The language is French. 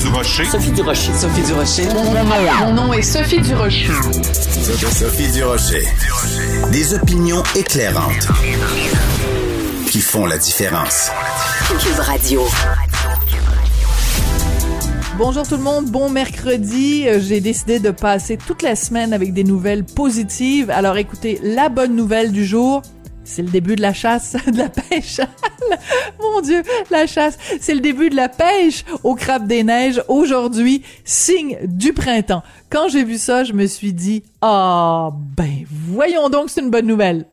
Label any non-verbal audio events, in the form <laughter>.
Durocher. Sophie Durocher. Sophie Durocher. Mon, nom, mon nom est Sophie Durocher. Sophie Durocher. Des opinions éclairantes qui font la différence. Cube Radio. Bonjour tout le monde, bon mercredi. Euh, J'ai décidé de passer toute la semaine avec des nouvelles positives. Alors écoutez, la bonne nouvelle du jour, c'est le début de la chasse, <laughs> de la pêche. Mon Dieu, la chasse. C'est le début de la pêche au crabe des neiges. Aujourd'hui, signe du printemps. Quand j'ai vu ça, je me suis dit, ah, ben, voyons donc, c'est une bonne nouvelle.